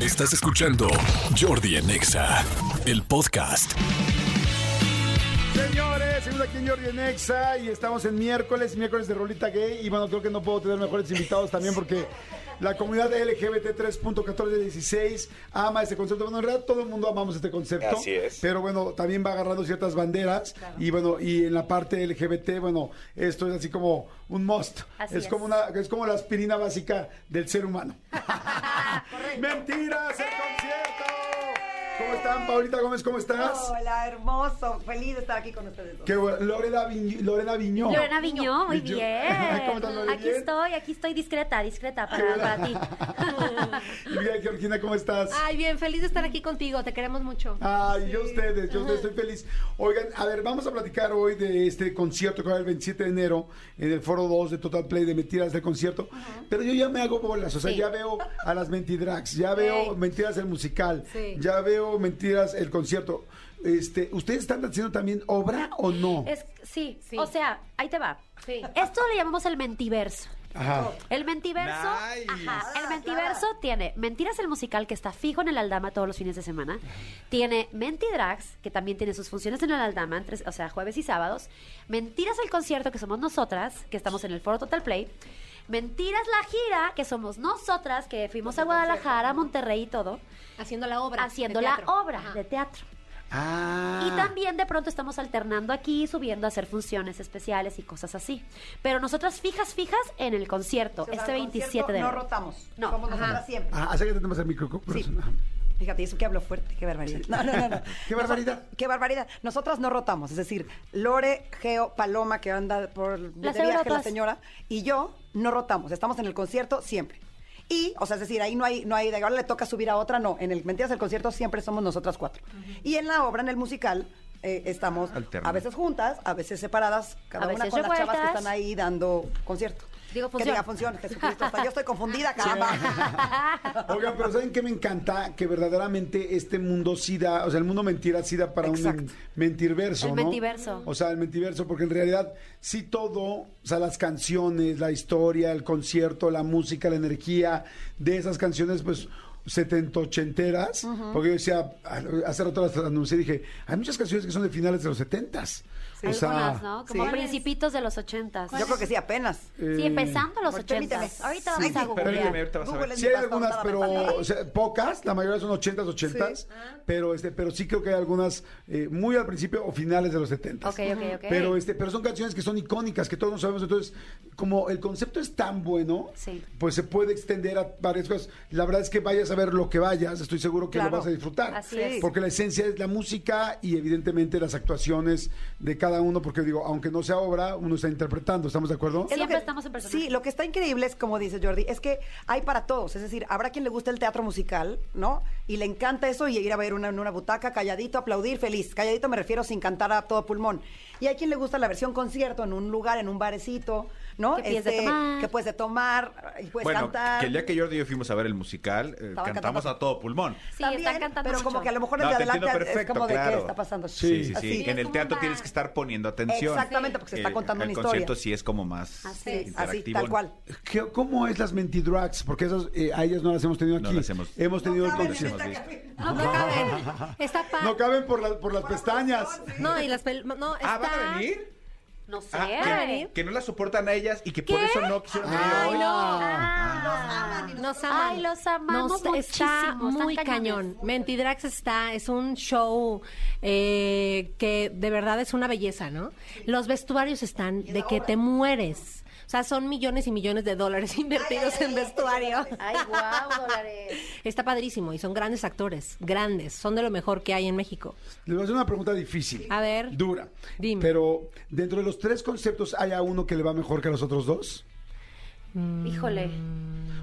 Estás escuchando Jordi en Exa, el podcast. Señores, seguimos aquí en Jordi en Exa y estamos en miércoles, miércoles de Rolita Gay. Y bueno, creo que no puedo tener mejores invitados también porque la comunidad LGBT 3.1416 ama este concepto. Bueno, en realidad todo el mundo amamos este concepto. Así es. Pero bueno, también va agarrando ciertas banderas. Y bueno, y en la parte LGBT, bueno, esto es así como un must. Así es, es. Como una, es como la aspirina básica del ser humano. ¡Mentiras! ¡Eh! ¡El concierto! ¿Cómo están, Paulita Gómez? ¿Cómo estás? Hola, hermoso. Feliz de estar aquí con ustedes dos. Qué bueno. Lorena, Viñ- Lorena Viñó. Lorena Viñó, muy Viñó. bien. ¿Cómo estás, Lore? Aquí ¿Bien? estoy, aquí estoy discreta, discreta para, para ti. Y mira, Georgina, ¿cómo estás? Ay, bien, feliz de estar aquí contigo, te queremos mucho. Ay, yo a ustedes, yo a ustedes estoy feliz. Oigan, a ver, vamos a platicar hoy de este concierto que va a haber el 27 de enero en el Foro 2 de Total Play de Mentiras del concierto. Pero yo ya me hago bolas, o sea, Sí. ya veo a las Mentidrags, ya veo Ey. Mentiras el musical, Sí. ya veo Mentiras el concierto. Este, ¿Ustedes están haciendo también obra o no? Es, sí, Sí. o sea, ahí te va. Sí. Esto le llamamos el mentiverso. Ajá. El mentiverso, Nice. ajá, el mentiverso tiene Mentiras el musical que está fijo en el Aldama todos los fines de semana, tiene Mentidrags que también tiene sus funciones en el Aldama, entre- o sea, jueves y sábados, Mentiras el concierto que somos nosotras, que estamos en el Foro Total Play, Mentiras la gira que somos nosotras que fuimos a Guadalajara, Monterrey y todo, Haciendo la obra. haciendo de la teatro. obra Ajá. de teatro. Ah. Y también de pronto estamos alternando aquí, subiendo a hacer funciones especiales y cosas así. Pero nosotras fijas, fijas en el concierto, O sea, este el 27 de concierto enero. No rotamos. No. Somos Ajá. nosotras siempre. Ah, acércate más al micro. Sí. Fíjate, eso que hablo fuerte, qué barbaridad. No, no, no. no. Qué barbaridad. Nosotras- qué barbaridad. Nosotras no rotamos, es decir, Lore, Geo, Paloma, que anda por de Las viaje la eurotas. señora, y yo no rotamos, estamos en el concierto siempre. Y, o sea, es decir, ahí no hay, no hay, de ahora le toca subir a otra, no. En el Mentiras del Concierto siempre somos nosotras cuatro. Y en la obra, en el musical, eh, estamos a veces juntas, a veces separadas, cada A una veces con las chavas que revueltas. están ahí dando concierto. Digo, Que diga función. función, Jesucristo. hasta yo estoy confundida, caramba. Oigan, pero ¿saben qué me encanta? Que verdaderamente este mundo sí da, o sea, el mundo mentira sí da para un Exacto. mentirverso, El ¿no? mentiverso. O sea, el mentiverso, porque en realidad sí todo, o sea, las canciones, la historia, el concierto, la música, la energía de esas canciones, pues setentochenteras, porque yo decía, a- hace rato las anuncié, dije, hay muchas canciones que son de finales de los setentas. O sea, Algunas, ¿no? Como sí. principitos de los ochentas. Yo creo que sí, apenas. Sí, empezando los Porque permíteme. ochentas. Ahorita Sí. vamos a Ay, googlear. ahorita vas a ver. Google es Sí mi hay pastor, algunas, nada pero más. o sea, pocas, la mayoría son 80s, 80s, Sí. Ah. pero este pero sí creo que hay algunas eh, muy al principio o finales de los 70s. Ok, ok, ok. Pero este pero son canciones que son icónicas, que todos sabemos, entonces como el concepto es tan bueno, Sí. pues se puede extender a varias cosas. La verdad es que vayas a ver lo que vayas, estoy seguro que lo Claro. vas a disfrutar. Así es. Porque la esencia es la música y evidentemente las actuaciones de cada uno, porque digo, aunque no sea obra, uno está interpretando, ¿estamos de acuerdo? Es lo Siempre estamos en personaje. Sí, lo que está increíble es, como dice Jordi, es que hay para todos. Es decir, habrá quien le gusta el teatro musical, ¿no? Y le encanta eso y ir a ver una, en una butaca, calladito, aplaudir, feliz. Calladito me refiero sin cantar a todo pulmón. Y hay quien le gusta la versión concierto en un lugar, en un barecito, ¿no? Este, Que pides de tomar. Que puedes de tomar y puedes Bueno, pues, cantar. que el día que Jordi y yo fuimos a ver el musical, eh, Estaban cantamos cantando. a todo pulmón. Sí, También, están cantando Pero como mucho. que a lo mejor el No, de te entiendo adelante es perfecto, como de claro. qué está pasando. Sí, sí, sí. Así. En el como teatro una- tienes que estar poniendo atención. Exactamente, porque se está Eh, contando el una concierto historia. sí es como más Así es. Así, interactivo. tal cual. ¿Qué- ¿Cómo es las mentidrags? Porque esas, eh, a ellas no las hemos tenido No aquí. las hemos- tenido el caben en concierto. esta Hemos cabina. No te caben. Está pa- No caben por, la- por las pestañas. No, y las pel- No, está... Ah, ¿van a venir? No sé. Ah, que, que no la soportan a ellas y que por ¿Qué? eso no quisieron venir Ay, hoy. no. Ah. Nos aman. Ay, los amamos Nos- Está muchísimo, muy están cañones. cañón. Mentidrax está, es un show eh, que de verdad es una belleza, ¿no? Los vestuarios están de que te mueres. O sea, son millones y millones de dólares invertidos en vestuario. Ay, guau, dólares. Está padrísimo y son grandes actores, grandes, son de lo mejor que hay en México. Les voy a hacer una pregunta difícil. A ver. Dura. Dime. Pero dentro de los tres conceptos, ¿hay a uno que le va mejor que a los otros dos? Híjole.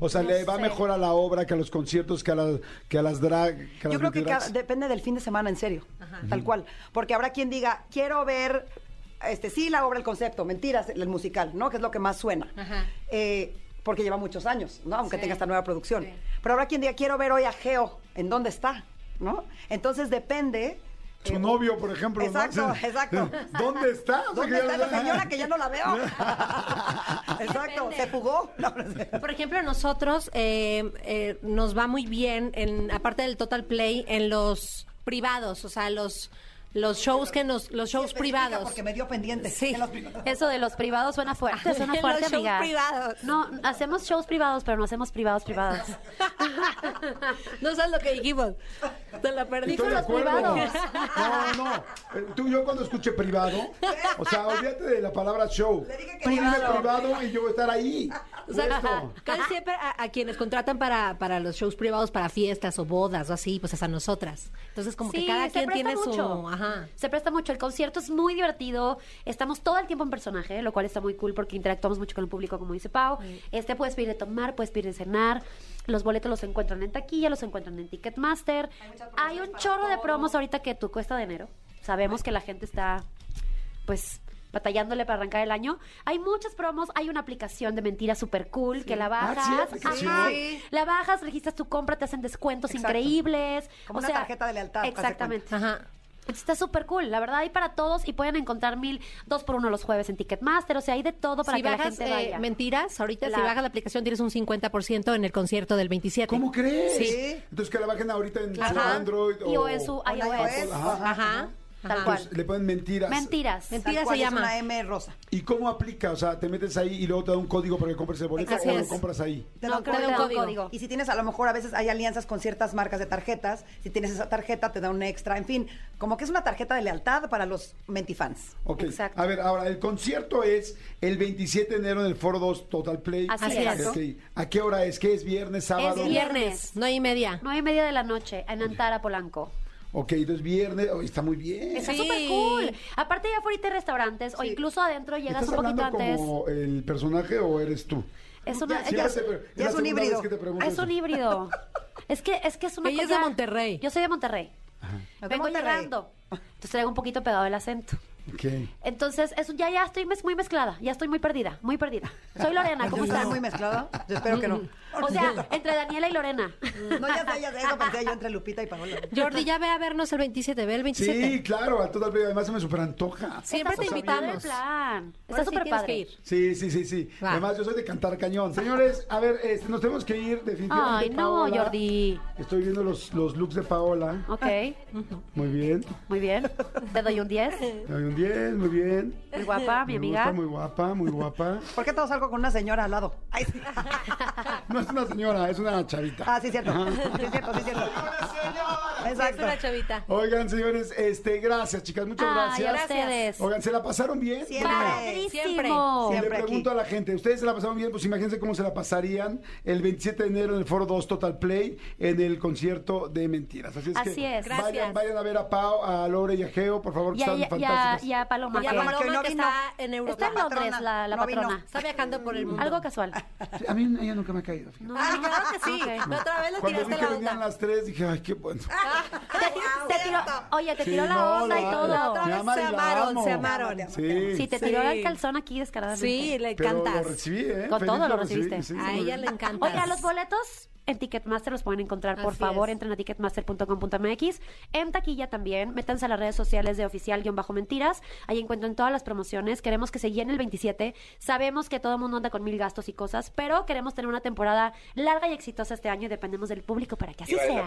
O sea, No ¿le va sé. mejor a la obra, que a los conciertos, que a, la- que a las drag? Que a Yo las creo que mentidrags? ca- depende del fin de semana, en serio, tal cual. Porque habrá quien diga, quiero ver, este sí, la obra, el concepto, mentiras, el musical, ¿no? Que es lo que más suena. Ajá. Eh, porque lleva muchos años, ¿no? Aunque Sí. tenga esta nueva producción. Sí. Pero habrá quien diga, quiero ver hoy a Geo, ¿en dónde está? ¿No? Entonces depende eh, su novio, por ejemplo. ¿no? Exacto, Dices, exacto. ¿Dónde está? O sea, ¿Dónde que ya está lo- la señora que ya no la veo? Exacto, Depende. se fugó. No, no sé. Por ejemplo, nosotros eh, eh, nos va muy bien, en, aparte del Total Play, en los privados, o sea, los los shows que nos los shows Especifica privados Porque me dio pendiente. Sí. En los privados. Eso de los privados suena fuerte, suena Los fuerte, shows amiga. privados. No, hacemos shows privados, pero no hacemos privados privados. no sabes lo que dijimos te la perdí Dijo Estoy de los acuerdo. privados. No, no. Eh, Tú, yo cuando escuché privado, o sea, olvídate de la palabra show. Le dije que Tú dime privado. privado y yo voy a estar ahí. O sea, puesto. casi siempre a, a quienes contratan para, para los shows privados, para fiestas o bodas o así, pues es a nosotras. Entonces, como que Sí, cada se quien presta tiene su... mucho. Ajá. Se presta mucho. El concierto es muy divertido. Estamos todo el tiempo en personaje, lo cual está muy cool porque interactuamos mucho con el público, como dice Pau. Este puedes pedir de tomar, puedes pedir de cenar. Los boletos los encuentran en taquilla, los encuentran en Ticketmaster. Hay, un chorro de promos ahorita que tu cuesta dinero. Sabemos que la gente está, pues batallándole para arrancar el año. Hay muchas promos, hay una aplicación de mentiras super cool que la Ah, bajas, sí, aplicación. ajá, Sí. la bajas, registras tu compra, te hacen descuentos Exacto. increíbles. Como o una sea, tarjeta de lealtad, haz de cuenta. Exactamente. Ajá. Está súper cool, la verdad hay para todos y pueden encontrar mil, dos por uno los jueves en Ticketmaster, o sea, hay de todo para si que bajas la gente eh, vaya. mentiras, ahorita si La- bajas la aplicación tienes un 50% en el concierto del 27. ¿Cómo crees? Sí. Entonces que la bajen ahorita en su Ajá. Android Y o o en su en iOS. iOS. Ajá. Ajá. Pues, Tal ajá. cual. Entonces, le ponen mentiras. Mentiras. Mentiras. Tal se cual, llama. Es una M rosa. ¿Y cómo aplica? O sea, te metes ahí y luego te da un código para que compres el boleto Así o lo es. compras ahí. Te No, dan creo que un código. Y si tienes, a lo mejor a veces hay alianzas con ciertas marcas de tarjetas. Si tienes esa tarjeta, te da un extra. En fin, como que es una tarjeta de lealtad para los mentifans. Ok. Exacto. A ver, ahora, el concierto es el 27 de enero en el Foro 2 Total Play. Así es. Ok. ¿A qué hora es? ¿Qué es? ¿Viernes, sábado? Es Viernes, Viernes. no y media. Nueve y media de la noche en Antara, Polanco. Ok, entonces viernes. Oh, está muy bien. Está Sí. súper cool. Aparte ya fuera hay restaurantes o incluso adentro llegas ¿Estás un poquito hablando antes. como el personaje o eres tú? Es una- Ya, ella- ya Siempre te pre- ya la es un segunda híbrido. vez que te pregunto es un eso. híbrido. es que es que es una Ella es cosa- de Monterrey. Yo soy de Monterrey. De Vengo Monterrey. llegando. Entonces traigo un poquito pegado el acento. Ok. Entonces, eso ya, ya estoy mez- muy mezclada, ya estoy muy perdida, muy perdida. Soy Lorena, ¿cómo ¿Está están? muy mezclado? Yo espero que no. O sea, entre Daniela y Lorena. No, ya sé, ya sé, eso pensé yo entre Lupita y Paola. Jordi, ya ve a vernos el 27, ve el 27. Sí, claro, al total Play, además se me superantoja. Siempre te Está súper padre el invitamos. plan. Ahora Está sí súper tienes que padre. ir. Sí, sí, sí, sí. Va. Además, yo soy de cantar cañón. Señores, a ver, este, nos tenemos que ir definitivamente. Ay, no, Paola. Jordi. Estoy viendo los, los looks de Paola. Ok, Muy bien. muy bien. Te doy un 10. Te doy un 10, muy bien. Muy guapa, Ah, mi Me amiga. gusta, muy guapa, muy guapa. ¿Por qué todo salgo con una señora al lado? Ay, sí. No es una señora, es una chavita. Ah, sí, cierto. Sí, cierto, sí, cierto. Es una Exacto. chavita. Oigan, señores, este, gracias, chicas, muchas Ay, a gracias. ustedes. Oigan, ¿se la pasaron bien? Siempre. Padrísimo. Y le Siempre aquí. pregunto a la gente, ¿ustedes se la pasaron bien? Pues imagínense cómo se la pasarían el 27 de enero en el Foro 2 Total Play en el concierto de Mentiras. Así es Así que es. Vayan, Gracias. vayan a ver a Pau, a Lore y a Geo, por favor, que Y a, están y a- y a- fantásticas. y a Paloma. Y a que- Paloma, Paloma que no vino. está en Está Europa. en Londres la, la No vino. patrona. Está viajando por el mundo. Algo casual. Sí, A mí ella nunca me ha caído. fíjate. No, Ay, no, Ah, claro que sí. ok. La otra vez le Cuando vi tiraste que la venían onda. Ah, las tres, dije, ay, qué bueno. Te tiró- te tiró- oye, te Sí, tiró no, la onda la- y todo. la La Me otra ama vez se y la amo. amaron, se amaron. Sí, Sí, te Sí. tiró el calzón aquí descaradamente. Sí, le pero lo encantas. recibí, ¿eh? Con Feliz todo lo recibí, recibiste. sí, A muy ella bien. le encanta. Oiga, los boletos en Ticketmaster los pueden encontrar. Por Así favor, es. entren a ticketmaster.com.mx. En taquilla también. Métanse a las redes sociales de oficial-mentiras. Ahí encuentran todas las promociones. Queremos que se llene el 27. Sabemos que todo el mundo anda con mil gastos y cosas, pero queremos tener una temporada larga y exitosa este año y dependemos del público para que así sea.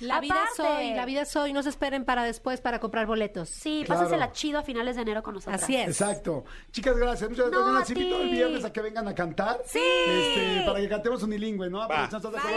La vida es Aparte. hoy, la vida es hoy. No se esperen para después para comprar boletos. Sí, Claro. pásensela chido a finales de enero con nosotros. Así es. Exacto. Chicas, gracias. Muchas gracias. No, Oigan, a Las invito ti. el viernes a que vengan a cantar. Sí. Este, para que cantemos unilingüe, ¿no? Porque si no estás de acuerdo, lo-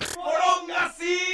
¡Poronga sí!